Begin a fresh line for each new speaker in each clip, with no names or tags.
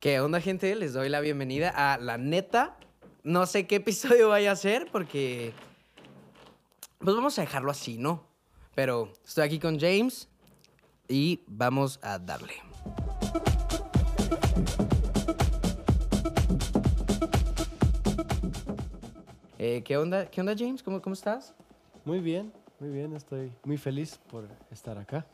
¿Qué onda, gente? Les doy la bienvenida a La Neta. No sé qué episodio vaya a ser porque... Pues vamos a dejarlo así, ¿no? Pero estoy aquí con James y vamos a darle. Eh, ¿qué, onda? ¿Qué onda, James? ¿Cómo, cómo estás?
Muy bien, muy bien, estoy muy feliz por estar acá.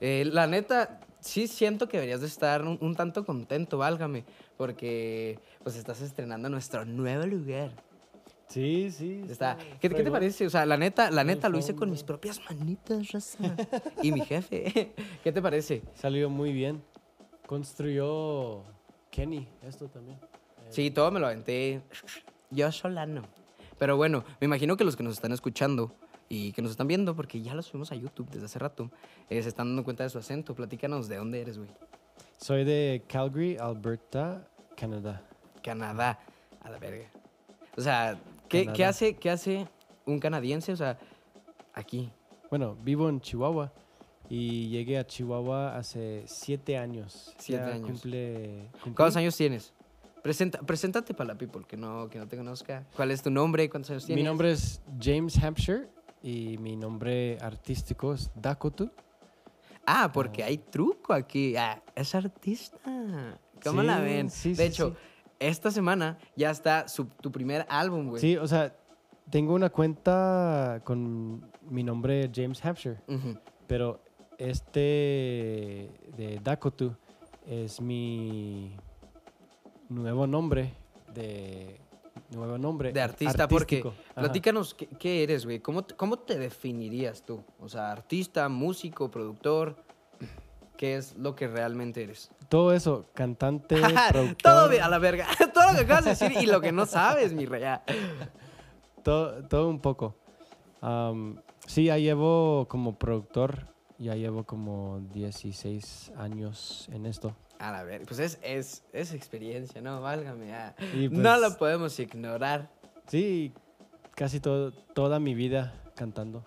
Eh, la neta, sí siento que deberías de estar un, un tanto contento, válgame, porque pues estás estrenando nuestro nuevo lugar.
Sí, sí.
Está. ¿Qué, qué te
fregón.
parece? O sea, la neta, la neta lo hice con
fondo.
mis propias manitas, raza. y mi jefe. ¿Qué te parece?
Salió muy bien. Construyó Kenny esto también.
Sí, todo me lo aventé yo solano. Pero bueno, me imagino que los que nos están escuchando y que nos están viendo, porque ya los subimos a YouTube desde hace rato, eh, se están dando cuenta de su acento. Platícanos de dónde eres, güey.
Soy de Calgary, Alberta, Canadá.
Canadá, a la verga. O sea, ¿qué, qué
Canadá.
hace, ¿qué hace un canadiense? O sea, aquí.
Bueno, vivo en Chihuahua y llegué a Chihuahua hace siete años.
Siete
Ya
años.
Cumple, cumplí.
¿Cuántos años tienes? Presenta, preséntate para la people que no, que no te conozca. ¿Cuál es tu nombre? ¿Cuántos años tienes?
Mi nombre es James Hampshire y mi nombre artístico es Dakotu.
Ah, porque hay truco aquí. Ah, es artista. ¿Cómo la
Sí,
ven?
sí,
De
sí,
hecho,
sí.
esta semana ya está su- tu primer álbum, güey.
Sí, o sea, tengo una cuenta con mi nombre James Hampshire.
Ujú.
Pero este de Dakotu es mi nuevo nombre de nuevo nombre
De artista, porque
artístico. Ajá.
platícanos qué, qué eres, güey. ¿Cómo, te- ¿Cómo te definirías tú? O sea, artista, músico, productor. ¿Qué es lo que realmente eres?
todo eso, cantante, productor,
Todo bien, a la verga. Todo lo que acabas de decir y lo que no sabes, mi rey. Ah.
todo, todo un poco. Am, sí, ya llevo como productor, ya llevo como 16 años en esto.
A la verga. Pues es, es, es experiencia, ¿no? Válgame. ah.
Y
No
pues-
lo podemos ignorar.
Sí, casi todo, toda mi vida cantando.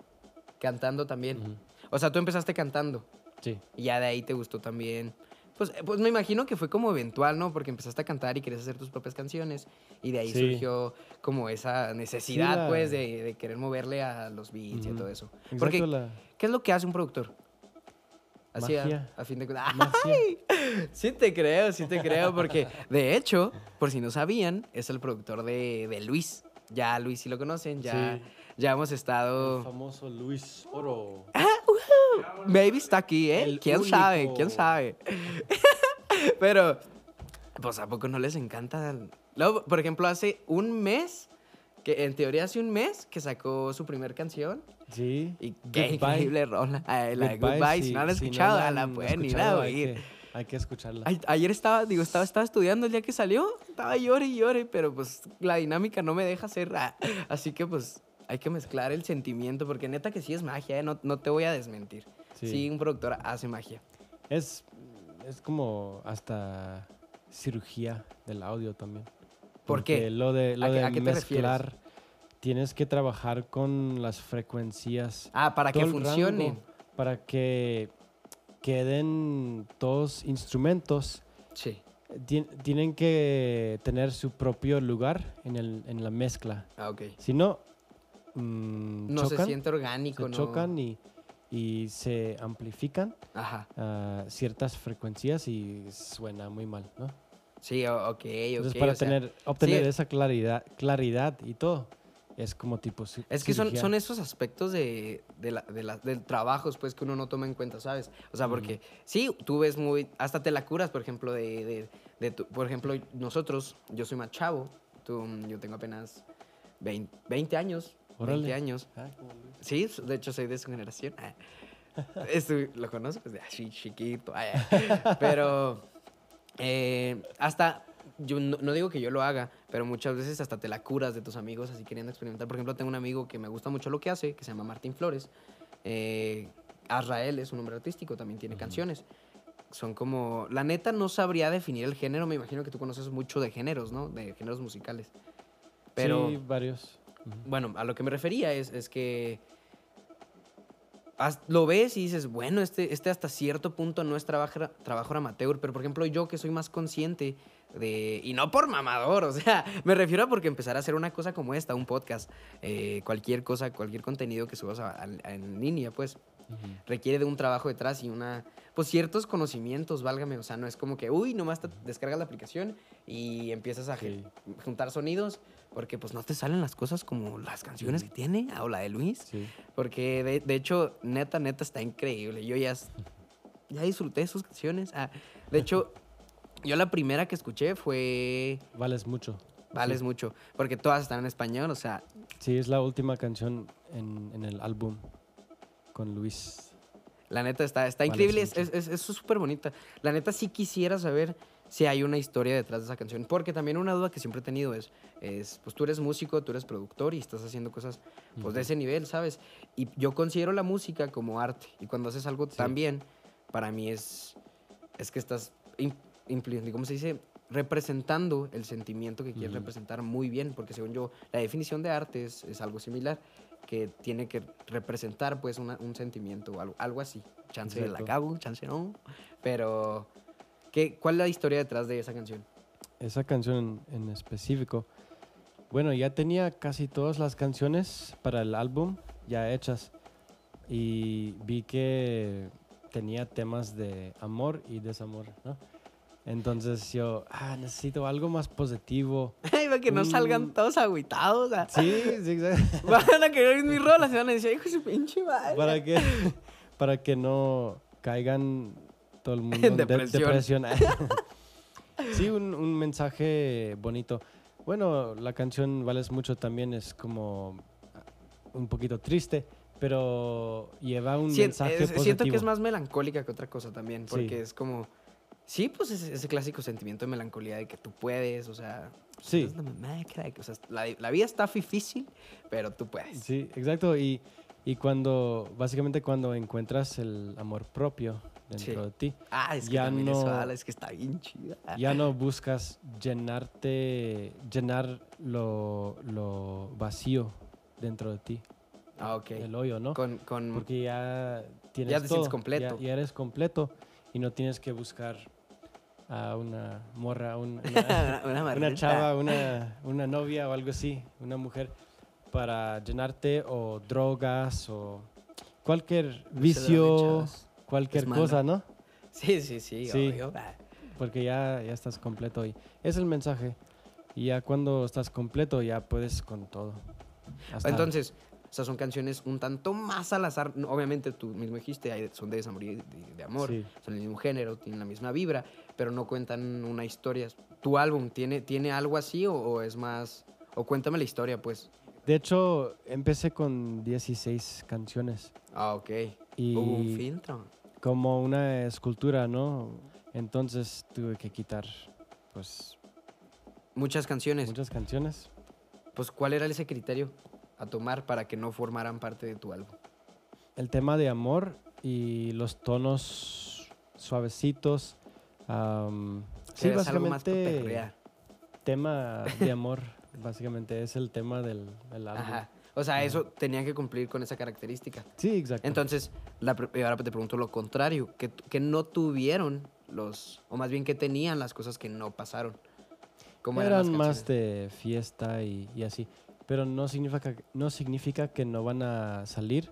Cantando también.
Ujú.
O sea, tú empezaste cantando
Sí.
y ya de ahí te gustó también. Pues, eh, pues me imagino que fue como eventual, ¿no? Porque empezaste a cantar y querías hacer tus propias canciones y de ahí
Sí.
surgió como esa necesidad,
la-
pues, de, de querer moverle a los beats y a
Ujú.
todo eso.
Exacto
Porque,
la
¿qué es lo que hace un productor? Así a,
Magia.
a fin de cuentas. ¡Ah!
magia.
Sí te creo, sí te creo, porque de hecho, por si no sabían, es el productor de, de Luis. Ya a Luis sí lo conocen, ya, Oh.
Sí.
ya hemos
El
estado...
famoso Luis Oro.
Baby está aquí, ¿eh?
El
¿Quién sabe?
único.
¿Quién sabe? Pero, pues a poco no les encanta. Luego, por ejemplo, hace un mes, que en teoría hace un mes que sacó su primer canción.
Sí.
Y qué
Goodbye.
increíble rola. Ay, la de Goodbye, si no la han escuchado, a la pueden ir a
escuchado, hay
oír.
que- Hay que escucharla.
Ay, ayer estaba, digo, estaba, estaba estudiando el día que salió, estaba llore y llore, pero pues la dinámica no me deja hacer. ah, Así que pues hay que mezclar el sentimiento, porque neta que sí es magia, ¿eh? no, no te voy a desmentir. Sí.
Sí.
un productor hace magia.
Es, es como hasta cirugía del audio también.
¿Por qué?
Porque Lo de, lo
¿A qué-
de
a qué te refieres?
mezclar. Tienes que trabajar con las frecuencias.
Ah, para que
todo el
funcione.
rango, Para que queden todos instrumentos
Sí.
Tien- tienen que tener su propio lugar en, el, en la mezcla.
Ah, ok.
Si no, mm,
No
chocan,
se siente orgánico,
se
¿no?
chocan y, y se amplifican
Ajá.
ah, ciertas frecuencias y suena muy mal, ¿no?
Sí, o- ok, ok.
Entonces, para
o sea,
tener, obtener
sí.
esa claridad, claridad y todo, es como tipo ci-
Es que son,
cirugía.
son esos aspectos de, de la- de la- del trabajo, pues, que uno no toma en cuenta, ¿sabes? O sea, porque sí, tú ves muy... Hasta te la curas, por ejemplo, de... de- de tu- por ejemplo, nosotros, yo soy más chavo, tú, mm, yo tengo apenas 20, 20 años, 20
Órale.
años.
Ah, como Luis.
Sí, de hecho soy de su generación. Ah. Estu- lo conozco desde así chiquito. ay, Pero eh, hasta, yo no, no digo que yo lo haga, pero muchas veces hasta te la curas de tus amigos así queriendo experimentar. Por ejemplo, tengo un amigo que me gusta mucho lo que hace, que se llama Martín Flores. Eh, Azrael es un hombre artístico, también tiene canciones. Son como, la neta no sabría definir el género, me imagino que tú conoces mucho de géneros, ¿no? De géneros musicales. Pero
Sí, varios. Ujú.
bueno, a lo que me refería es, es que has- lo ves y dices, bueno, este, este hasta cierto punto no es trabajo, trabajo amateur, pero por ejemplo yo que soy más consciente de, y no por mamador, o sea, me refiero a porque empezar a hacer una cosa como esta, un podcast, eh, cualquier cosa, cualquier contenido que subas a- a- en línea, pues requiere de un trabajo detrás y una pues ciertos conocimientos, válgame, o sea, no es como que, uy, nomás te descargas la aplicación y empiezas a ge- juntar sonidos porque pues no te salen las cosas como las canciones que tiene ah, o la de Luis,
Sí.
porque de, de hecho, neta, neta está increíble. Yo ya s- ya disfruté sus canciones. Ah, de hecho, yo la primera que escuché fue
Vales mucho.
Vales mucho, porque todas están en español, o sea,
Sí, es la última canción en, en el álbum con Luis.
La neta está, está
Vale,
increíble,
es
es es- es- es súper bonita. La neta sí quisiera saber si hay una historia detrás de esa canción, porque también una duda que siempre he tenido es, es pues tú eres músico, tú eres productor y estás haciendo cosas pues, de ese nivel, ¿sabes? Y yo considero la música como arte, y cuando haces algo tan bien, para mí es, es que estás, im- impli- ¿cómo se dice? representando el sentimiento que quieres
Ujú.
representar muy bien, porque según yo, la definición de arte es, es algo similar que tiene que representar pues una- un sentimiento o algo, algo así. Chance la
Exacto.
cabo, chance no. Pero, ¿qué, ¿cuál es la historia detrás de esa canción?
Esa canción en, en específico. Bueno, ya tenía casi todas las canciones para el álbum ya hechas. Y vi que tenía temas de amor y desamor, ¿no? Entonces yo, ah, necesito algo más positivo.
Ay, para que no salgan
Mm.
todos agüitados. ah.
Sí, sí, exacto.
Van a querer mis rolas se van a decir, hijo de su pinche madre.
para que para que no caigan todo el mundo en de-
Depresión.
depresión. sí, un, un mensaje bonito. Bueno, la canción Vales mucho también es como un poquito triste, pero lleva un
Sien-
mensaje
es-
positivo.
siento que es más melancólica que otra cosa también, porque
Sí.
es como... Sí, pues es ese clásico sentimiento de melancolía de que tú puedes, o sea...
Sí.
es la mamá, crack, o sea, la, la vida está difícil, pero tú puedes.
Sí, exacto. Y, y cuando, básicamente cuando encuentras el amor propio dentro
Sí.
de ti,
Ah, es que
Ya
también eso,
no-
ala, es que está bien chida.
ya no buscas llenarte, llenar lo, lo vacío dentro de ti,
Ah, ok.
el hoyo, ¿no?
Con, con-
Porque ya tienes
Ya te sientes
todo,
completo.
Ya, ya eres completo y no tienes que buscar a una morra, un- una,
una,
una
marrita.
chava, una, una novia o algo así, una mujer, para llenarte o drogas o cualquier vicio,
chavas.
cualquier
Es malo.
cosa, ¿no?
Sí, sí, sí,
Sí.
obvio. Ah,
Porque ya, ya estás completo y es el mensaje. Y ya cuando estás completo ya puedes con todo. Hasta-
Entonces, o sea, son canciones un tanto más al azar. No, Obviamente tú mismo dijiste, hay- son de desamor y de, de amor,
Sí.
son el mismo género, tienen la misma vibra, pero no cuentan una historia. ¿Tu álbum tiene, tiene algo así o, o es más...? O cuéntame la historia, pues.
De hecho, empecé con 16 canciones
Ah, ok.
y
Hubo un filtro.
como una escultura, ¿no? Entonces tuve que quitar pues
Muchas canciones.
muchas canciones.
Pues, ¿cuál era ese criterio a tomar para que no formaran parte de tu álbum?
El tema de amor y los tonos suavecitos. am, sí,
¿Querías algo más pa'
básicamente
perrear?
tema de amor, básicamente es el tema del, del álbum.
Ajá. O sea, eso tenía que cumplir con esa característica.
Sí, exacto.
Entonces, la, pre- y ahora te pregunto lo contrario, que, que no tuvieron los, o más bien que tenían las cosas que no pasaron. ¿Cómo
eran,
las
más
canciones?
de fiesta y, y así. Pero no significa, no significa que no van a salir.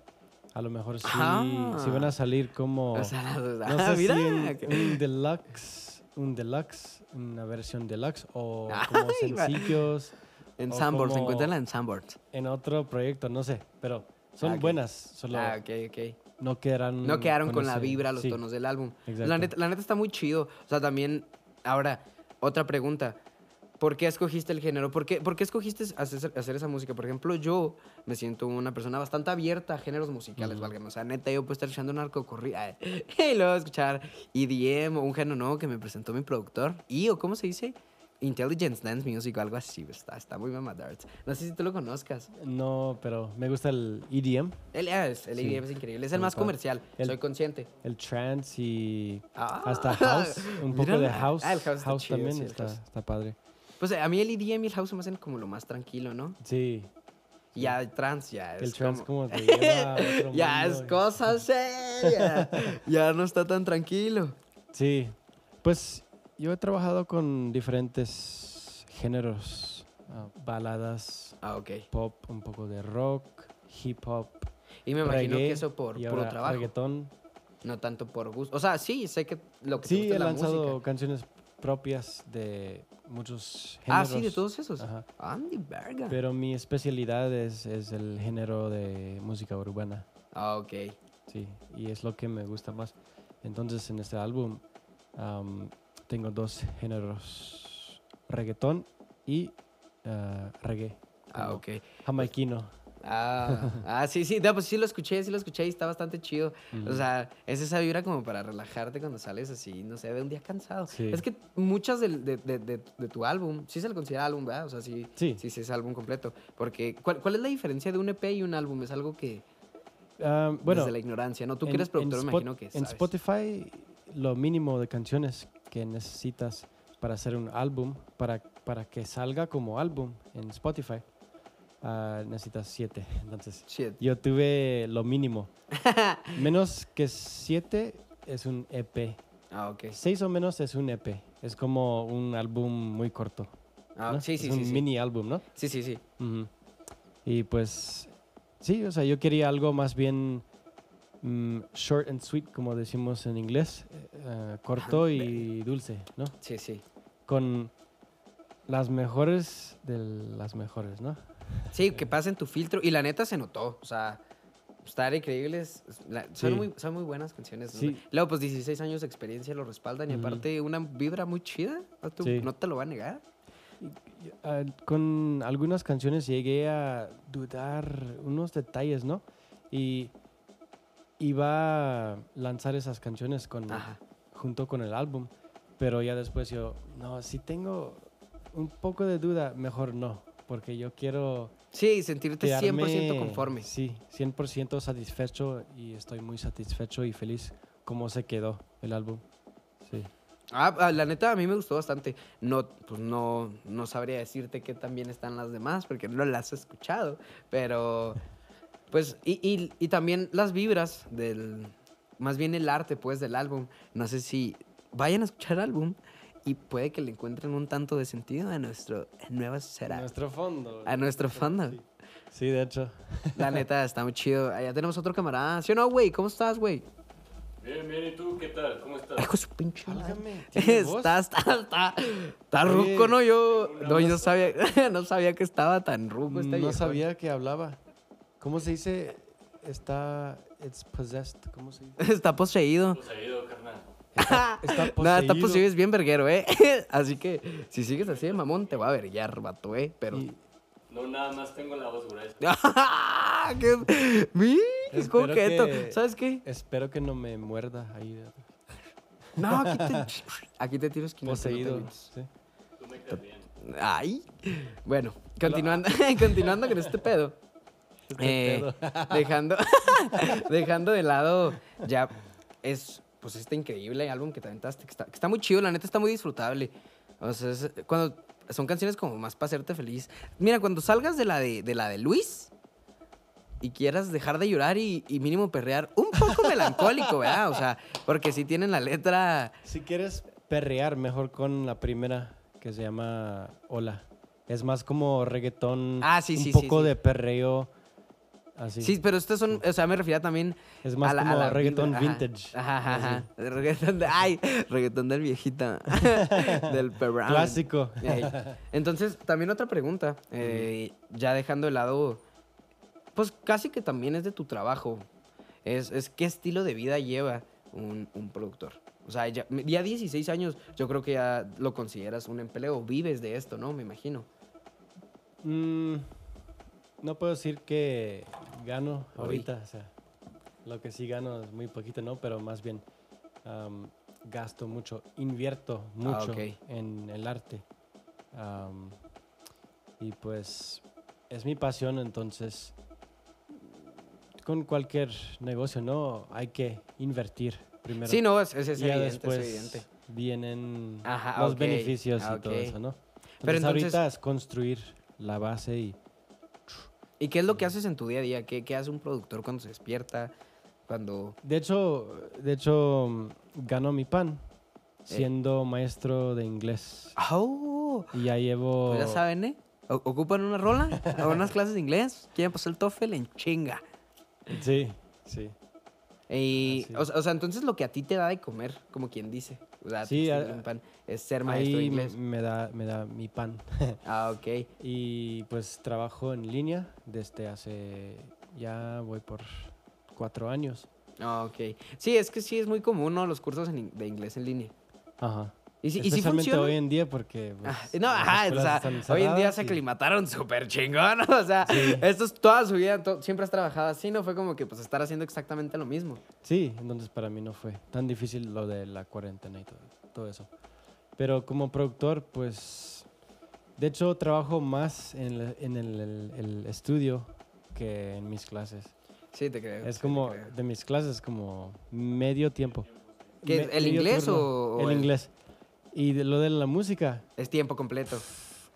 A lo mejor sí, sí van
Ah.
a salir como...
O sea, las-
No
ah,
sé
mira.
si un, un deluxe, un deluxe, una versión deluxe o como
Ay, va.
sencillos
en
o
Sanborns,
como-
encuéntranla en Sanborns.
en otro proyecto, no sé, pero son
Ah, ok.
buenas, solo
Ah, ok, ok.
no quedarán
No quedaron con, la
Mm, ese-
vibra, los
sí,
tonos del álbum. La
exacto.
neta, la neta está muy chido. O sea, también, ahora, otra pregunta. ¿Por qué escogiste el género? ¿Por qué, por qué escogiste hacer, hacer esa música? Por ejemplo, yo me siento una persona bastante abierta a géneros musicales, válgame. O sea, neta, yo puedo estar escuchando un arco corrido y luego escuchar EDM o un género nuevo que me presentó mi productor. ¿Y o cómo se dice? Intelligence Dance Music o algo así. Está, está muy mamadarts. No sé si tú lo conozcas.
No, pero me gusta el E EDM,
El, el
Sí.
EDM es increíble. Es el
Muy
más
padre.
comercial.
El-
Soy consciente.
el trance y
Ah.
hasta house, un poco
Mira,
de house.
ah, el house está chido,
también
sí, el
está,
house.
está padre.
E Pues a mí el EDM y el house me hacen como lo más tranquilo, ¿no?
Sí,
Ya el trans, ya
El
es
trans
como-
como te lleva a otro
ya
mundo
es
y-
cosa seria. ya no está tan tranquilo.
Sí, pues yo he trabajado con diferentes géneros, ah, baladas,
Ah, ok.
pop, un poco de rock, hip hop,
Y me imagino
reggae,
que eso por
y
puro
ahora
trabajo,
reggaetón.
no tanto por gusto. O sea, sí, sé que lo que te
Sí,
gusta
he
es la
lanzado
música.
canciones propias de muchos
Ah,
géneros.
sí, de todos esos.
Ajá.
Andy Verga.
Pero mi especialidad es, es el género de música urbana,
Ah, ok.
sí, y es lo que me gusta más. Entonces en este álbum am, tengo dos géneros, reggaetón y ah, reggae.
Ah,
como
ok.
Jamaiquino.
Ah, ah, sí, sí, no, pues sí lo escuché, sí lo escuché y está bastante chido. O sea, es esa vibra como para relajarte cuando sales así, no sé, de un día cansado.
Sí.
Es que muchas del- de, de- de- de tu álbum, sí se le considera álbum, ¿verdad? O sea, sí,
Sí.
sí, sí es álbum completo. Porque, ¿cuál, cuál es la diferencia de un EP y un álbum? Es algo que,
Ah, bueno,
desde la ignorancia, ¿no? Tú
en-
que eres productor,
en
me
Spot-
imagino que
En
sabes.
Spotify, lo mínimo de canciones que necesitas para hacer un álbum, para, para que salga como álbum en Spotify, ah, necesitas siete. Entonces,
Shit.
yo tuve lo mínimo. menos que siete es un EP.
Ah, ok.
Seis o menos es un EP. Es como un álbum muy corto.
Ah,
¿no?
sí, sí,
es
sí,
un
sí.
mini álbum, ¿no?
Sí, sí, sí.
Ujú. Y pues, sí, o sea, yo quería algo más bien mm, short and sweet, como decimos en inglés, eh, eh, corto y dulce, ¿no?
Sí, sí.
Con las mejores de las mejores, ¿no?
Sí, que pasen tu filtro. Y la neta se notó. O sea, estar increíbles. la- son,
Sí.
muy, son muy buenas canciones. ¿no?
Sí.
Luego, pues 16 años de experiencia lo respaldan. Y
Ujú.
aparte, una vibra muy chida. ¿no? Tú-
Sí.
No te lo va a negar.
Y, ah, con algunas canciones llegué a dudar unos detalles, ¿no? Y iba a lanzar esas canciones con,
Ajá.
junto con el álbum. Pero ya después yo, no, si tengo un poco de duda, mejor no, porque yo quiero...
Sí, sentirte 100%
quedarme,
conforme.
Sí, 100% satisfecho y estoy muy satisfecho y feliz como se quedó el álbum. Sí.
Ah, ah, la neta, a mí me gustó bastante. No, pues no, no sabría decirte que también están las demás, porque no las he escuchado. Pero, pues, y, y- y también las vibras del. Más bien el arte, pues, del álbum. No sé si vayan a escuchar el álbum y puede que le encuentren un tanto de sentido a nuestro a nueva será.
Nuestro fondo.
A nuestro fandom.
Sí, de hecho.
La neta, está muy chido. Allá tenemos otro camarada. ¿Sí o no, güey? ¿Cómo estás, güey?
Bien, bien, ¿y tú qué tal? ¿Cómo estás?
Hijo de su pinche madre.
Válgame, ¿tiene voz?
Está, está, está, está
Oye,
ruco, ¿no? Yo
una
no, yo no
voz.
sabía, no sabía que estaba tan ruco este
No
viejo.
sabía que hablaba. ¿Cómo se dice? Está... It's possessed. ¿Cómo se dice?
Está poseído.
Poseído, Pues carnal.
Está, está
Nada, está
poseído.
poseído, es bien verguero, ¿eh? Así que si sigues así de mamón, te va a verguear, vato, ¿eh? Pero.
Y-
No, nada más tengo la voz gruesa.
¡Qué, mi, qué
Espero
coqueto!
que-
¿Sabes qué?
Espero que no me muerda ahí. eh, de-
No, aquí te, aquí te tiro esquina.
Poseído. sí.
Tú me caes bien.
Ay. Bueno, continuando, continuando con este pedo.
Este
eh,
pedo.
dejando, dejando de lado ya es pues este increíble álbum que te aventaste, que está, que está muy chido, la neta está muy disfrutable. O sea, es- cuando son canciones como más para hacerte feliz. Mira, cuando salgas de la de, de la de Luis y quieras dejar de llorar y, y mínimo perrear, un poco melancólico, ¿verdad? O sea, porque si tienen la letra
Si quieres perrear, mejor con la primera que se llama Hola. Es más como reggaetón.
Ah, sí, sí, sí,
Un poco
sí.
de perreo. Así.
Sí, pero estos son, o sea, me refería también
Es más
a la- a
como
la
reggaetón
vibra, ajá,
vintage.
Ajá, ajá,
así.
ajá. Reggaetón de- ay, reggaetón del viejito, del perrón.
Clásico.
Ey. Entonces, también otra pregunta, eh, ya dejando de lado, pues casi que también es de tu trabajo, es, es qué estilo de vida lleva un, un productor. O sea, ya, ya 16 años, yo creo que ya lo consideras un empleo, vives de esto, ¿no? Me imagino.
Mm, no puedo decir que gano
Uy.
ahorita. O sea, lo que sí gano es muy poquito, ¿no? Pero más bien am, gasto mucho, invierto
Ah,
mucho
ok.
en el arte. Am, y pues es mi pasión, entonces con cualquier negocio, ¿no? Hay que invertir primero.
sí, no, es, es- es
y ya
evidente,
después
es evidente.
vienen
Ajá,
los
ok,
beneficios
ah,
y todo
ok.
eso, ¿no?
Pero
Pero
entonces-
ahorita es construir la base y
¿Y qué es lo que haces en tu día a día? ¿Qué, qué hace un productor cuando se despierta? Cuando...
De hecho, de hecho, mm, gano mi pan siendo maestro de inglés.
¡Au!
Y ya llevo...
Ah, Pues ya Oh. saben, ¿eh? O- ¿Ocupan una rola? ¿O unas clases de inglés? ¿Quieren pasar el TOEFL? En chinga.
Sí, sí.
Y,
Así
o, sea- o sea, entonces lo que a ti te da de comer, como quien dice, o sea,
Sí,
te
a-
sirve un pan, es ser maestro de
Ahí me
inglés.
me da, me da mi pan.
Ah, ok.
Y pues trabajo en línea desde hace... Ya voy por cuatro años.
Ah, Ok. Sí, es que sí es muy común, ¿no? Los cursos en in- de inglés en línea.
Ajá.
Y sí, y sí
Especialmente
funciona.
hoy en día porque... pues,
Ah, no,
las
ajá, o
escuelas
sea,
están
hoy en día
cerradas
se
y-
aclimataron súper chingón, ¿no? o sea, esto es toda su vida, to- siempre has trabajado así, ¿no? Fue como que pues estar haciendo exactamente lo mismo.
Sí, entonces para mí no fue tan difícil lo de la cuarentena y todo, todo eso. Pero como productor, pues, de hecho trabajo más en, la- en el, el- el estudio que en mis clases.
Sí, te creo.
Es
sí te
como,
creo.
de mis clases, como medio tiempo.
¿Qué, el
medio
inglés
turno.
o- o
El
el-
inglés. Y de lo de la música,
Es tiempo completo.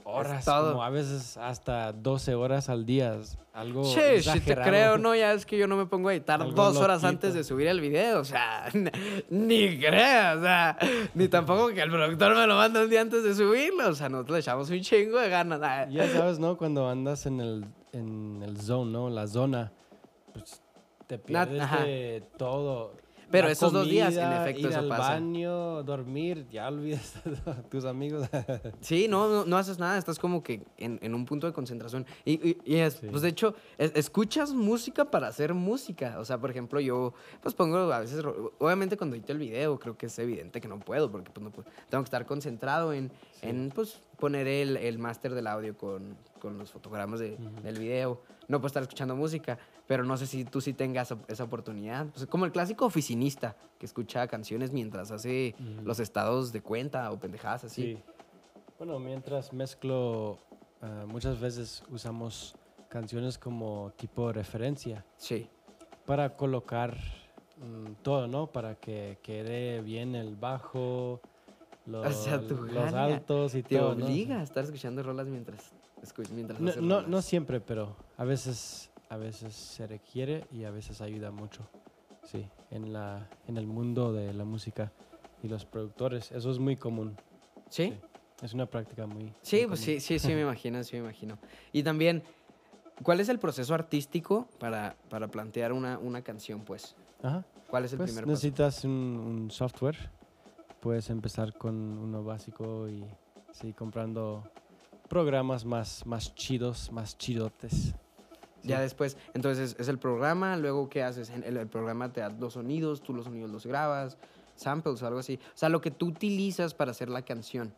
horas,
todo.
como a veces hasta 12 horas al día, es algo
Che, si te
exagerado.
creo, no, ya es que yo no me pongo a editar
Algo
dos horas
loquito.
antes de subir el video, o sea, ni creo, o sea, ni tampoco que el productor me lo manda un día antes de subirlo, o sea, nosotros le echamos un chingo de ganas. ah,
Ya sabes, ¿no? Cuando andas en el, en el zone, ¿no? La zona, pues te pierdes
ajá.
de todo.
Pero
La
esos dos días, en
comida,
efecto,
ir
eso
al
pasa.
baño, dormir, ya olvidas a tus amigos.
Sí, no, no, no haces nada, estás como que en, en un punto de concentración. Y, y- y es-
Sí.
pues de hecho, es- escuchas música para hacer música. O sea, por ejemplo, yo pues pongo a veces, ro- obviamente cuando edito el video, creo que es evidente que no puedo, porque pues no puedo. Tengo que estar concentrado en, en pues poner el, el máster del audio con, con los fotogramas de- del video. No puedo estar escuchando música, pero no sé si tú sí tengas op- esa oportunidad. Pues, como el clásico oficinista que escucha canciones mientras hace los estados de cuenta o pendejadas así.
Sí. Bueno, mientras mezclo, ah, muchas veces usamos canciones como tipo referencia
Sí.
para colocar mm, todo, ¿no? Para que quede bien el bajo, los,
sea, tú
los
jala,
altos y
Te
todo. ¿no?
obliga a estar escuchando rolas mientras escu- mientras
No,
haces
no,
rolas.
no siempre, pero a veces, a veces se requiere y a veces ayuda mucho. Sí, en, la, en el mundo de la música y los productores. Eso es muy común.
¿Sí?
sí. Es una práctica muy.
Sí,
muy
pues sí,
común.
sí, sí, me imagino, sí, me imagino. Y también, ¿cuál es el proceso artístico para, para plantear una, una canción, pues?
Ajá.
¿Cuál es el
Pues
primer paso?
necesitas un, un software. Puedes empezar con uno básico y sí, comprando programas más, más chidos, más chidotes.
Ya
sí.
después, entonces es el programa, luego ¿qué haces? En El, el programa te da los sonidos, tú los sonidos los grabas, samples o algo así. O sea, lo que tú utilizas para hacer la canción.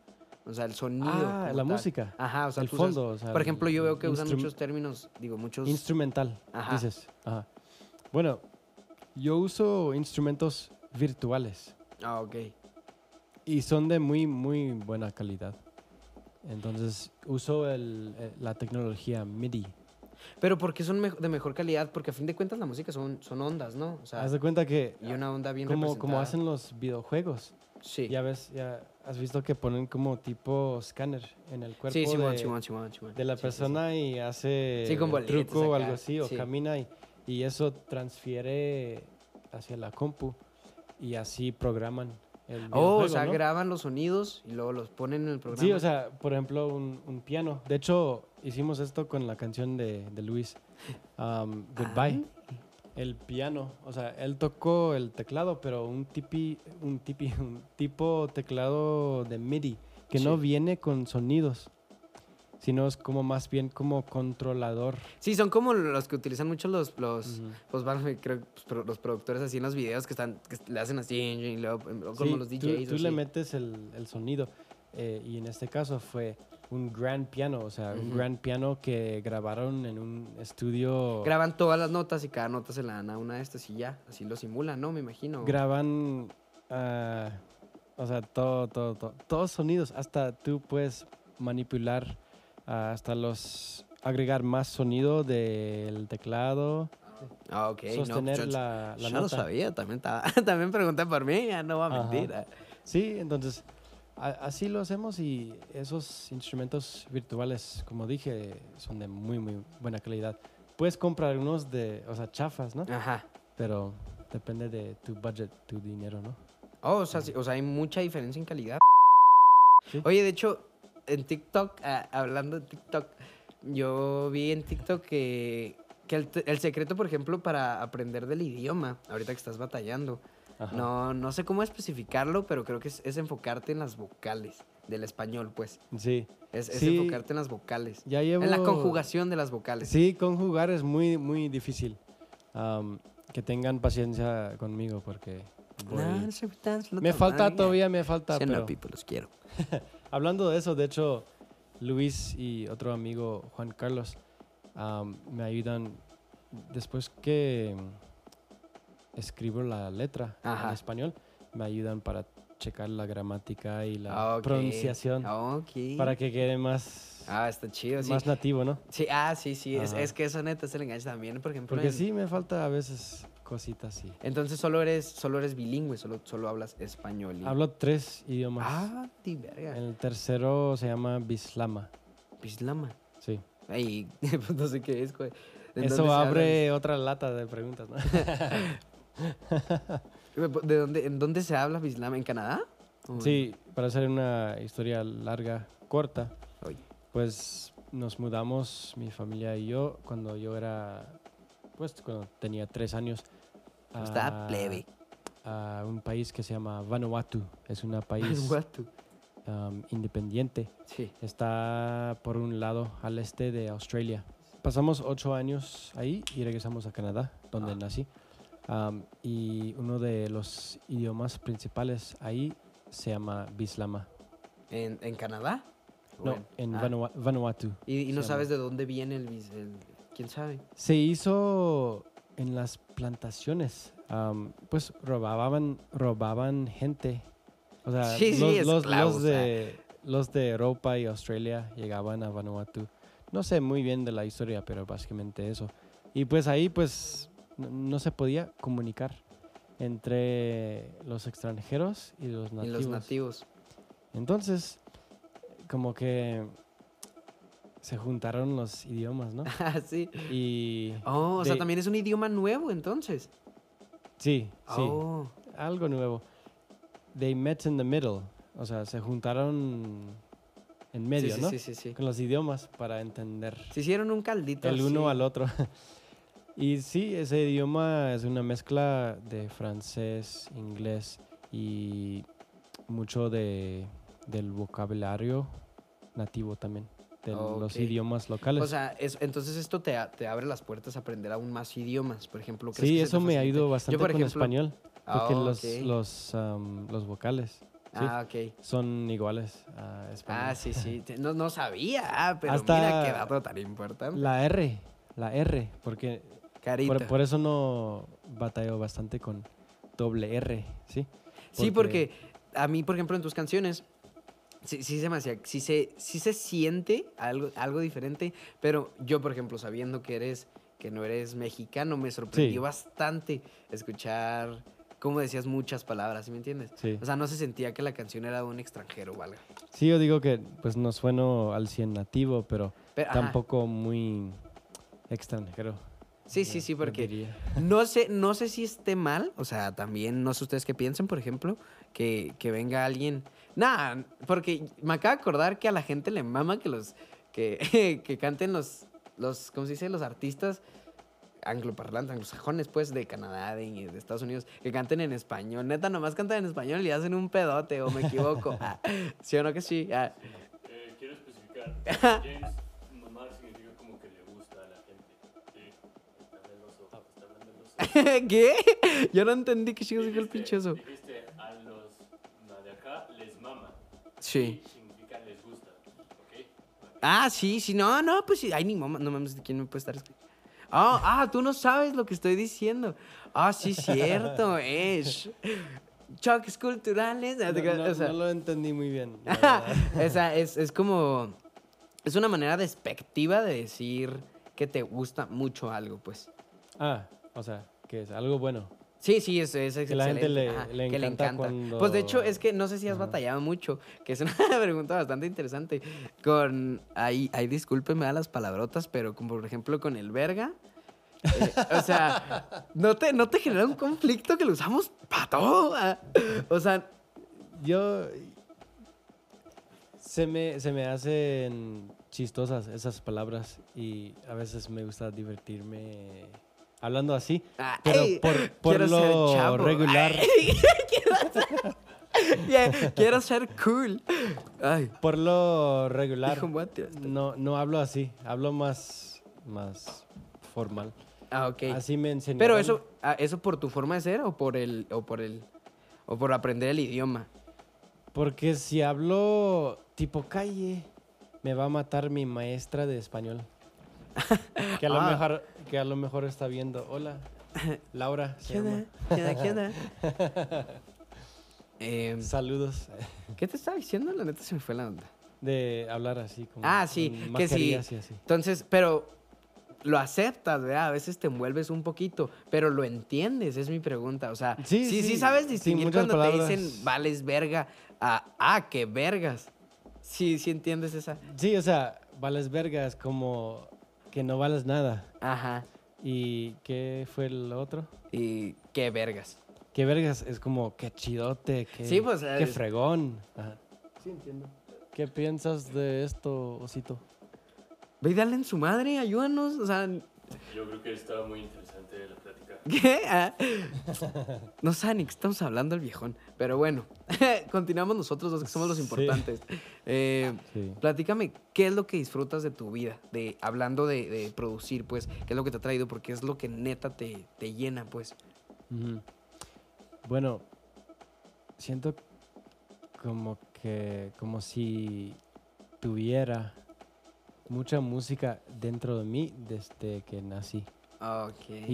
O sea, el sonido.
Ah,
como
la
tal.
música.
Ajá, o sea,
El
tú usas-
fondo, o sea,
por ejemplo, yo veo que usan
instrum-
muchos términos, digo, muchos...
Instrumental,
Ajá.
dices. Ajá. Bueno, yo uso instrumentos virtuales
Ah, ok.
y son de muy, muy buena calidad. Entonces uso el- eh, la tecnología MIDI.
Pero porque son mej- de mejor calidad, porque a fin de cuentas la música son, son ondas, ¿no? O sea,
Haz de cuenta que
y una onda bien
como, como
representada.
hacen los videojuegos,
Sí.
ya ves, ya has visto que ponen como tipo escáner en el cuerpo
Sí, Simón,
de,
Simón, Simón, Simón.
de la
Sí, sí, sí.
persona y hace
Sí, con
el
bolitas
truco o
acá,
algo así, o
sí.
camina y, y eso transfiere hacia la compu y así programan
Oh,
el
o
videojuego,
sea,
¿no?
graban los sonidos y luego los ponen en el programa.
Sí, o sea, por ejemplo, un, un piano. De hecho, hicimos esto con la canción de, de Luis, um, Goodbye.
Ah.
El piano, o sea, él tocó el teclado, pero un tipi, un tipi, un tipo teclado de MIDI que no
Sí.
viene con sonidos, sino es como más bien como controlador.
Sí, son como los que utilizan mucho los, los,
Ujú.
pues, van, creo, pues, pro- los productores así en los videos que están, que le hacen así, y luego, em, como
Sí,
los
tú-
DJs.
Tú, le
así.
metes el, el sonido. eh, y en este caso fue un gran piano, o sea, un
Ujú.
gran piano que grabaron en un estudio.
Graban todas las notas y cada nota se la dan a una de estas y ya, así lo simulan, ¿no? Me imagino.
Graban. ah, o sea, todo, todo, todo. Todos sonidos. Hasta tú puedes manipular ah, hasta los. agregar más sonido del teclado.
Ah, ok. no, pues,
sostener
yo-
la, la
yo no
nota.
sabía, también, estaba- también pregunté por mí, ya ah, no va a
Ajá.
mentir. ah.
Sí, entonces a- así lo hacemos y esos instrumentos virtuales, como dije, son de muy, muy buena calidad. Puedes comprar unos de, o sea, chafas, ¿no?
Ajá.
Pero depende de tu budget, tu dinero, ¿no?
Oh, o sea, sí, o sea, hay mucha diferencia en calidad.
Sí.
Oye, de hecho, en TikTok, ah, hablando de TikTok, yo vi en TikTok que, que el, t- el secreto, por ejemplo, para aprender del idioma, ahorita que estás batallando,
Ajá.
no, no sé cómo especificarlo, pero creo que es, es enfocarte en las vocales del español, pues.
Sí,
Es, es
Sí.
enfocarte en las vocales.
ya llevo...
En la conjugación de las vocales.
Sí, conjugar es muy, muy difícil. Am, que tengan paciencia conmigo porque voy-
No, no soy tan sloto,
me falta
madre.
todavía, me falta.
Stand
pero-
up, people, los quiero.
Hablando de eso, de hecho, Luis y otro amigo, Juan Carlos, am, me ayudan después que mm, escribo la letra en
Ajá.
español, me ayudan para checar la gramática y la
Ah, ok.
pronunciación
Ok.
para que quede más,
Ah, está chido, sí.
más nativo, ¿no?
Sí, ah, sí, sí. Es,
Ajá.
es que eso neta es el enganche también, por ejemplo.
Porque
en-
sí me falta a veces cositas sí.
Entonces solo eres, solo eres bilingüe, solo, solo hablas español. y-
Hablo tres idiomas.
Ah, ti verga. Pues
El tercero se llama Bislama.
Pislama.
Sí.
Ay, pues no sé qué es, güey. ¿De dónde
Eso
se
abre otra lata de preguntas, ¿no?
habla? ¿De dónde, ¿En dónde se habla Pislama? ¿En Canadá? ¿O-
Sí, para hacer una historia larga, corta,
Oye,
pues nos mudamos, mi familia y yo, cuando yo era, pues cuando tenía tres años.
está
a-
Pues plebe.
A un país que se llama Vanuatu. Es un país
Vanuatu.
um, independiente.
Sí.
Está por un lado al este de Australia. Pasamos ocho años ahí y regresamos a Canadá, donde
Ah.
nací. Am, y uno de los idiomas principales ahí se llama Bislama.
¿En, en Canadá?
No,
Bueno,
en
ah,
Vanua- Vanuatu.
Y, y no
se
sabes de dónde viene el, bis- el- ¿Quién sabe?
Se hizo en las plantaciones. Am, pues robaban, robaban gente. O sea,
Sí, sí,
los, los- los
esclavos,
de, los de Europa y Australia llegaban a Vanuatu. No sé muy bien de la historia, pero básicamente eso. Y pues ahí pues no, no se podía comunicar entre los extranjeros y los
Y
nativos.
los nativos.
Entonces, como que se juntaron los idiomas, ¿no?
Ah, sí.
Y
Oh, o sea,
De-
también es un idioma nuevo entonces.
sí, sí.
Oh.
algo nuevo. They met in the middle. O sea, se juntaron en medio,
sí, sí,
¿no?
Sí, sí, sí. Ah,
Con los idiomas para entender
Se hicieron un caldito.
el uno
así.
al otro. y sí, ese idioma es una mezcla de francés, inglés y mucho de, del vocabulario nativo también, de los
Ah, Ok.
idiomas locales.
O sea, es- entonces esto te, a- te abre las puertas a aprender aún más idiomas, por ejemplo. ¿crees que
sí,
se te
eso me
facilite?
ayudó bastante
por
con
ejemplo-
español,
Ah,
porque los,
ok.
los, am, los vocales
Ah, ok.
son iguales a español.
Ah, sí, sí. Te- No, no sabía, ah, pero
Hasta-
mira qué dato tan importante.
La R, la R, porque
Carita.
por, por eso no batalló bastante con doble R, ¿sí?
Sí, porque a mí, por ejemplo, en tus canciones, sí, sí se me hacía, sí se, sí se siente algo, algo diferente, pero yo, por ejemplo, sabiendo que eres, que no eres mexicano, me sorprendió
Sí.
bastante escuchar cómo decías muchas palabras, ¿sí me entiendes?
Sí.
O sea, no se sentía que la canción era de un extranjero, valga.
Sí, yo digo que pues no sueno al 100 nativo, pero
Pero, ajá.
tampoco muy extranjero.
Sí, sí,
yo-
sí,
yo
porque
diría.
no sé, no sé si esté mal, o sea, también no sé ustedes qué piensen, por ejemplo, que, que venga alguien. Nah, porque me acaba de acordar que a la gente le mama que los que, que canten los los ¿cómo se dice? los artistas angloparlantes, anglosajones pues de Canadá, de, de Estados Unidos, que canten en español. Neta nomás cantan en español y hacen un pedote o me equivoco. Ah, ¿Sí o no que sí? Ah,
Eh, quiero especificar. James, mamar significa como que le gusta a la gente. Sí. Está hablando los ojos, está hablando los ojos.
¿Qué? Yo no entendí que chicos dijo el
Dijiste-
pinche eso.
Dijiste a los no, de acá les mama.
Sí.
Y significa les gusta. ¿Ok?
Ah, sí, sí, no, no, pues sí. Ay, ni mamá, no mames, ¿quién me puede estar escuchando? Ah, ah, tú no sabes lo que estoy diciendo. Ah, sí, cierto, es. Choques culturales.
No, no-
o sea,
no lo entendí muy bien. la verdad.
o sea, es, es como. Es una manera despectiva de decir que te gusta mucho algo, pues.
ah, o sea, que es algo bueno.
Sí, sí, es, es
Que la gente
excelente,
le- le
que
encanta cuando-
Pues de hecho, es que no sé si has
Ajá.
batallado mucho, que es una pregunta bastante interesante. Con, ahí, ahí discúlpeme a las palabrotas, pero como por ejemplo con el verga. eh, o sea, ¿no te, ¿no te genera un conflicto que lo usamos para todo? Ah, O sea,
Yo. Se me, se me hacen chistosas esas palabras y a veces me gusta divertirme hablando así.
ah,
Pero
ey,
por, por
quiero ser
lo
chavo,
regular,
ay, quiero, ser, quiero ser cool. Ay,
por lo regular,
hijo, voy a tirar este.
no, no hablo así, hablo más, más formal.
Ah, ok.
Así me enseñaron.
Pero eso, ah, eso por tu forma de ser o por el, o por el, o por aprender el idioma.
Porque si hablo tipo calle, me va a matar mi maestra de español. Que a lo,
Ah.
mejor, que a lo mejor está viendo. Hola, Laura. se llama.
¿Qué onda? ¿Qué onda? Em,
Saludos.
¿Qué te estaba diciendo? La neta se me fue la onda.
De hablar así. Como,
Ah, sí,
con
que sí.
mascarillas y así.
Entonces, pero lo aceptas, ¿verdad? A veces te envuelves un poquito, pero lo entiendes, es mi pregunta. O sea, sí, sí,
Sí, sí,
sabes
sí,
distinguir
muchas
cuando te dicen
palabras.
vales verga a ah, qué vergas. Sí, sí entiendes esa.
Sí, o sea, vales vergas, como que no vales nada.
Ajá.
¿Y qué fue el otro?
Y qué vergas.
Que vergas es como que chidote, que,
Sí, pues,
qué
es-
fregón. Ajá. Sí, entiendo. ¿Qué piensas de esto, Osito?
Ve y dale en su madre, ayúdanos. O sea,
Yo creo que estaba muy interesante la plática.
¿Qué? Ah. No saben ni qué estamos hablando el viejón. Pero bueno, continuamos nosotros dos que somos los
Sí.
importantes. Eh,
Sí.
platícame, ¿qué es lo que disfrutas de tu vida? De, hablando de, de producir, pues, ¿qué es lo que te ha traído? Porque es lo que neta te, te llena, pues.
Ujú. Bueno, siento como que, como si tuviera mucha música dentro de mí desde que nací. Y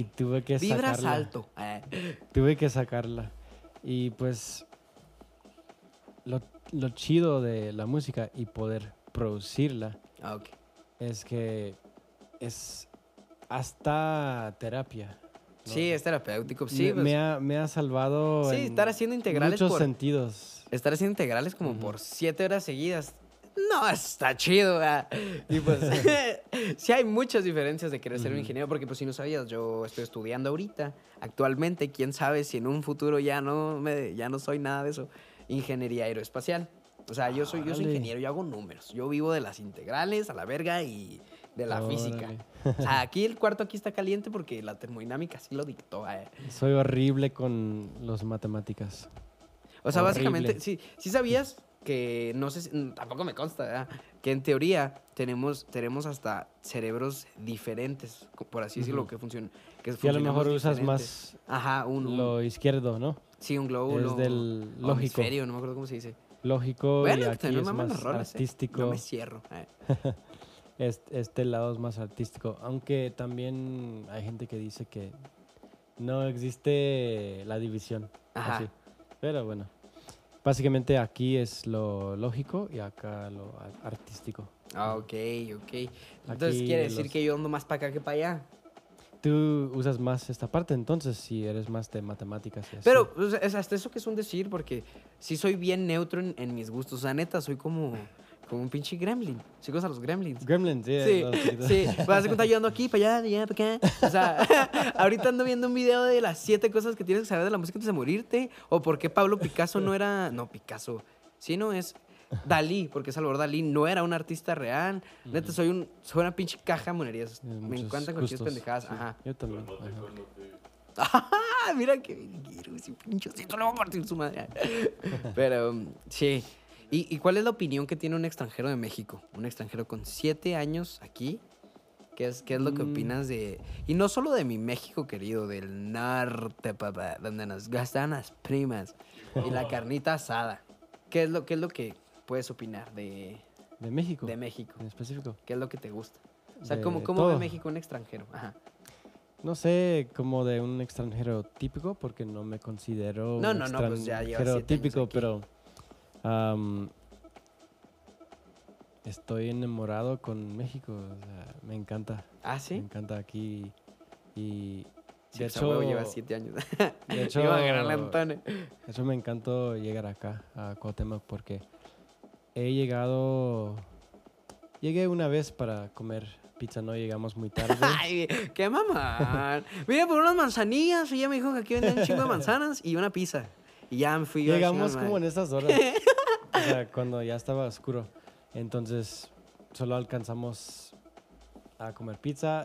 Ok.
tuve que
Vibras
sacarla.
alto. Ah,
Tuve que sacarla. Y pues, lo, lo chido de la música y poder producirla
ok.
es que es hasta terapia. ¿no?
Sí, es terapéutico. Sí,
me,
pues,
me ha, me ha salvado
sí
en
estar haciendo integrales
muchos
por,
sentidos.
estar haciendo integrales como
Ujú.
por siete horas seguidas. No, está chido. ¿verdad? Y pues, sí hay muchas diferencias de querer ser un
Ujú.
ingeniero, porque pues si no sabías, yo estoy estudiando ahorita, actualmente, quién sabe si en un futuro ya no, me, ya no soy nada de eso, ingeniería aeroespacial. O sea, yo soy, yo soy
Órale.
ingeniero, yo hago números, yo vivo de las integrales a la verga y de la física.
Órale.
O sea, aquí el cuarto aquí está caliente porque la termodinámica sí lo dictó. ¿eh? ¿verdad?
Soy horrible con las matemáticas.
O sea, básicamente,
Horrible.
sí, sí sabías que, no sé, si- mm, tampoco me consta, ¿verdad? que en teoría tenemos, tenemos hasta cerebros diferentes, co- por así decirlo,
Ujú.
que funcionan. Que
Y a lo
funcionamos
mejor usas
diferentes.
más
Ajá, un, un-
lo izquierdo, ¿no?
sí, un glóbulo.
Es del
o
lógico.
hemisferio, no me acuerdo cómo se dice.
Lógico y
bueno,
aquí
también
es
me maman los
más
roles, eh. No
artístico.
me cierro. eh.
Es- Este lado es más artístico. Aunque también hay gente que dice que no existe la división.
Ajá.
así. Pero bueno. Básicamente aquí es lo lógico y acá lo ar- artístico.
Ah, ok, ok. Entonces
Aquí
quiere
de
decir
los-
que yo ando más para acá que para allá.
Tú usas más esta parte entonces si eres más de matemáticas. y así.
Pero o sea, es hasta eso que es un decir, porque sí soy bien neutro en, en mis gustos. O sea, neta, soy como, como un pinche gremlin. Chicos a los gremlins.
Gremlins, sí.
Sí,
los chiquitos.
sí. Pues, Vas a contar yo ando aquí, para allá, de allá, para acá. O sea, ahorita ando viendo un video de las siete cosas que tienes que saber de la música antes de morirte. O por qué Pablo Picasso no era. No, Picasso. Sí, no es. Dalí, porque Salvador Dalí no era un artista real. Neta, soy, un, soy una pinche caja de monerías.
Tienes
Me
muchos
encantan cualquier
gustos,
pendejadas.
sí.
Ajá.
Yo
Pero
también.
no te
ajá.
conocí.
Ah, mira que quiero ese pinchocito, le voy a partir su madre. Pero, um, sí. ¿Y, y cuál es la opinión que tiene un extranjero de México? Un extranjero con siete años aquí. ¿Qué es, qué es lo que
Mm.
opinas de.? Y no solo de mi México querido, del norte, papá, donde nos gastan las primas y la carnita asada. ¿Qué es lo, qué es lo que puedes opinar de,
De México.
de México?
En específico.
¿Qué es lo que te gusta? O sea,
De
¿cómo, cómo ve
todo.
México un extranjero? Ajá.
No sé, como de un extranjero típico, porque no me considero
No,
un
no, no, pues ya llevas
extranjero
siete años
típico,
aquí.
pero am, estoy enamorado con México. o sea, me encanta.
¿Ah,
Me
sí?
encanta aquí. Y
Sí,
De
pues, a huevo,
hecho-
lleva siete años.
De hecho,
Iba a ganarle a Antonio.
Eso me encantó llegar acá, a Cuauhtémoc, porque he llegado... Llegué una vez para comer pizza, no llegamos muy tarde.
Ay, qué mamá. Vine por unas manzanillas y ella me dijo que aquí vendían un chingo de manzanas y una pizza. Y ya me fui yo.
llegamos como en estas horas, o sea, cuando ya estaba oscuro. Entonces, solo alcanzamos a comer pizza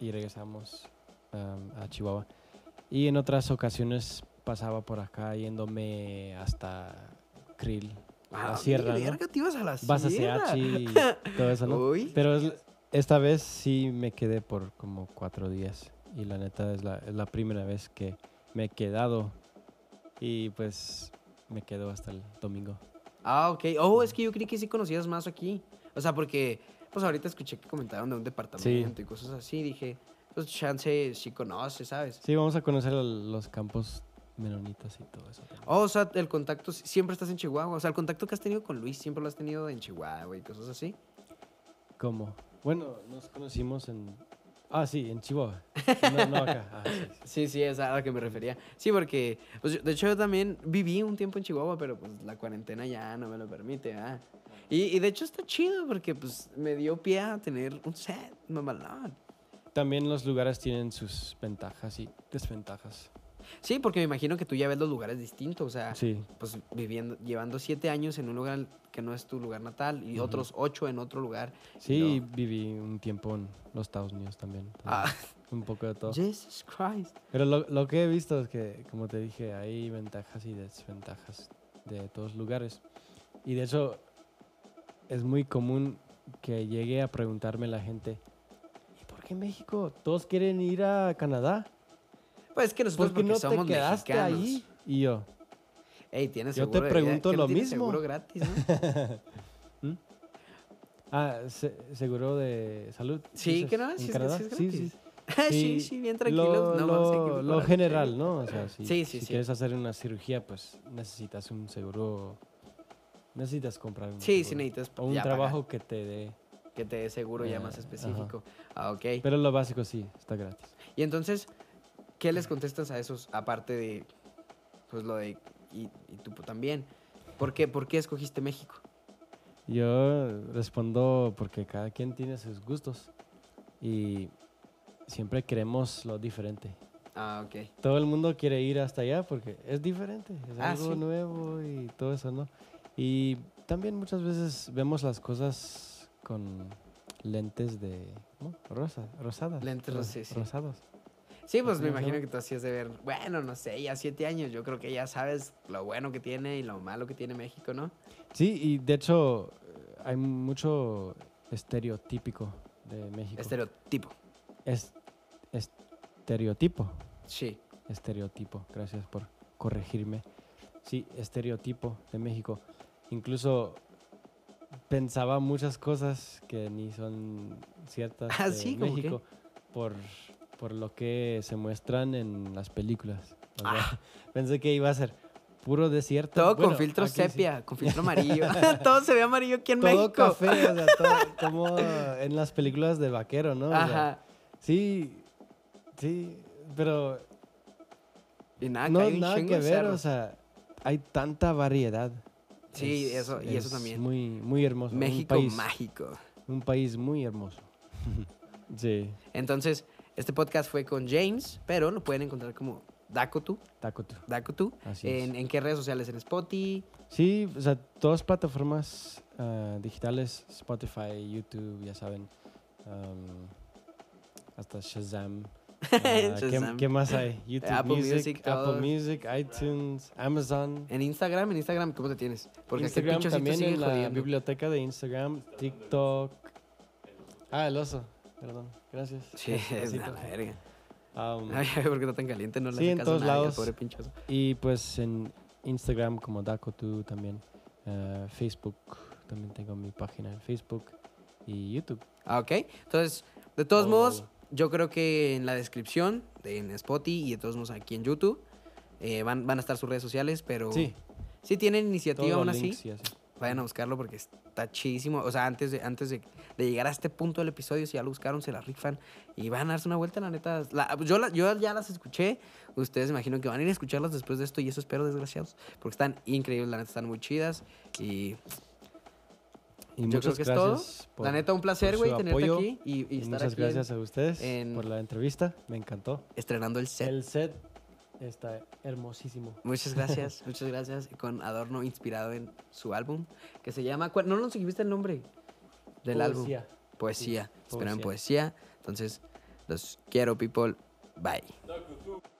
y regresamos um, a Chihuahua. Y en otras ocasiones pasaba por acá yéndome hasta Krill, la sierra, Ah, ¿no?
Ah, te ibas a la
Vas a
sierra.
CH y todo eso, ¿no?
Uy.
Pero es- esta vez sí me quedé por como cuatro días. Y la neta es la, es la primera vez que me he quedado. Y pues me quedo hasta el domingo.
Ah, ok. Oh, es que yo creí que sí conocías más aquí. O sea, porque, pues ahorita escuché que comentaron de un departamento y cosas así. Dije, pues chance sí conoce, ¿sabes?
Sí, vamos a conocer a los campos menonitas y todo eso. también.
Oh, o sea, el contacto, siempre estás en Chihuahua. O sea, el contacto que has tenido con Luis siempre lo has tenido en Chihuahua y cosas así.
¿Cómo? Bueno, nos conocimos en... Ah, sí, en Chihuahua. No, no acá. Ah, sí, sí.
Sí, sí, es a la que me refería. Sí, porque, pues, yo- de hecho, yo también viví un tiempo en Chihuahua, pero pues la cuarentena ya no me lo permite, ¿verdad? Y, y de hecho está chido porque, pues, me dio pie a tener un set, mamalón.
También los lugares tienen sus ventajas y desventajas.
Sí, porque me imagino que tú ya ves los lugares distintos, o sea,
Sí.
pues viviendo, llevando siete años en un lugar que no es tu lugar natal y
Ujú.
otros ocho en otro lugar. y
Sí,
luego-
viví un tiempo en los Estados Unidos también.
Ah,
Un poco de todo.
Jesus Christ.
Pero lo, lo que he visto es que, como te dije, hay ventajas y desventajas de todos lugares. Y de hecho, es muy común que llegue a preguntarme la gente, ¿y por qué México? Todos quieren ir a Canadá.
Pues es que nosotros
¿Por qué
porque
no te
somos
quedaste
mexicanos.
ahí? Y yo,
Ey, tienes
Yo te
seguro de vida-
pregunto
que no
lo
tienes
mismo.
seguro gratis, ¿no?
ah, se- seguro de salud.
Sí,
dices,
que no,
en
sí, es-
Canadá?"
sí es
Sí,
gratis.
sí.
sí,
Sí,
sí, bien tranquilos. no
Lo,
mames, hay que
lo- lo
mejorar.
general, ¿no? O sea, si,
Sí, sí,
si
sí.
quieres hacer una cirugía, pues necesitas un seguro. Necesitas comprar un
Sí, sí
seguro.
necesitas
O un
ya pagar,
trabajo que te dé.
que te dé seguro ya más
Eh, ajá.
específico. Ah, ok.
Pero lo básico sí, está gratis.
Y entonces, ¿qué les contestas a esos? Aparte de, pues lo de, y, y tú también. ¿Por qué, ¿Por qué escogiste México?
Yo respondo porque cada quien tiene sus gustos y siempre queremos lo diferente.
Ah, ok.
Todo el mundo quiere ir hasta allá porque es diferente, es
Ah,
algo
sí.
nuevo y todo eso, ¿no? Y también muchas veces vemos las cosas con lentes de ¿cómo? rosa, rosadas.
Lentes
ro-
ros- sí, sí.
Rosados.
Sí, pues
¿Cómo
me
se
imagino
llama?
que tú hacías de ver, bueno, no sé, ya siete años, yo creo que ya sabes lo bueno que tiene y lo malo que tiene México, ¿no?
Sí, y de hecho eh, hay mucho estereotípico de México.
Estereotipo.
Es, estereotipo.
Sí.
Pues, Estereotipo. Gracias por corregirme. Sí, estereotipo de México. Incluso pensaba muchas cosas que ni son ciertas
Ah,
de
sí, ¿cómo qué?
México por, por lo que se muestran en las películas. O sea, Pensé que iba a ser puro desierto.
Ah. Todo
Bueno,
con filtro
aquí sí.
sepia, con filtro amarillo. Todo se ve amarillo aquí en
Todo
México.
café, o sea, todo- como en las películas de vaquero, ¿no? O sea,
Ajá.
sí, sí, pero
Y nada,
no
que hay Ah, un
nada
chingo
que
de
ver, o
cerros.
sea, hay tanta variedad.
Sí, eso- y eso
es
también.
Muy, muy hermoso.
México
un país,
mágico.
Un país muy hermoso. sí,
Entonces, este podcast fue con James, pero lo pueden encontrar como Dakotu,
Tacotu.
Dakotu.
Así es.
En, ¿En qué redes sociales? ¿En Spotify?
Sí, o sea, todas plataformas ah, digitales, Spotify, YouTube, ya saben, am, hasta Shazam. Ah, ¿qué-
Shazam.
¿qué, más hay? YouTube
Apple
Music,
Music,
Apple
todo.
Music, iTunes, Amazon,
¿En Instagram? ¿En Instagram cómo te tienes? Porque aquí el
Instagram
pinchocito
también
sigue
en la
jodiendo.
biblioteca de Instagram, TikTok. Ah, el oso, perdón, gracias. Um,
Sí, es
Osito.
una la verga.
Am,
Ay, a ver, ¿por qué está tan caliente? No le
Sí,
hace
en
caso a
todos
nadie,
lados.
pobre pinchoso.
y pues en Instagram como Dakotu también, ah, Facebook, también tengo mi página en Facebook y YouTube.
Ah, ok. Entonces, de todos
Oh.
modos, yo creo que en la descripción, de- en Spotify y de todos modos aquí en YouTube, eh, van, van a estar sus redes sociales, pero
Sí,
si tienen iniciativa
todos
aún
los
así,
links y así.
vayan a buscarlo porque es- está chidísimo. O sea, antes de, antes de, de llegar a este punto del episodio, si ya lo buscaron, se la rifan y van a darse una vuelta, la neta. la- yo, la- yo ya las escuché. Ustedes me imagino que van a ir a escucharlas después de esto y eso espero, desgraciados, porque están increíbles, la neta, están muy chidas. Y
Y
yo creo
muchas
que es todo.
gracias por-
la neta, un placer,
por su
güey, tenerte
apoyo
aquí y, y
y
estar
muchas
aquí
gracias a ustedes
en-
por la entrevista. Me encantó.
estrenando el set.
El set está hermosísimo.
Muchas gracias, muchas gracias. Con adorno inspirado en su álbum, que se llama. ¿cuál- No nos dijiste el nombre del álbum.
Poesía.
Poesía.
Sí,
Esperan poesía. Entonces, los quiero, people. Bye.
Doc, tú.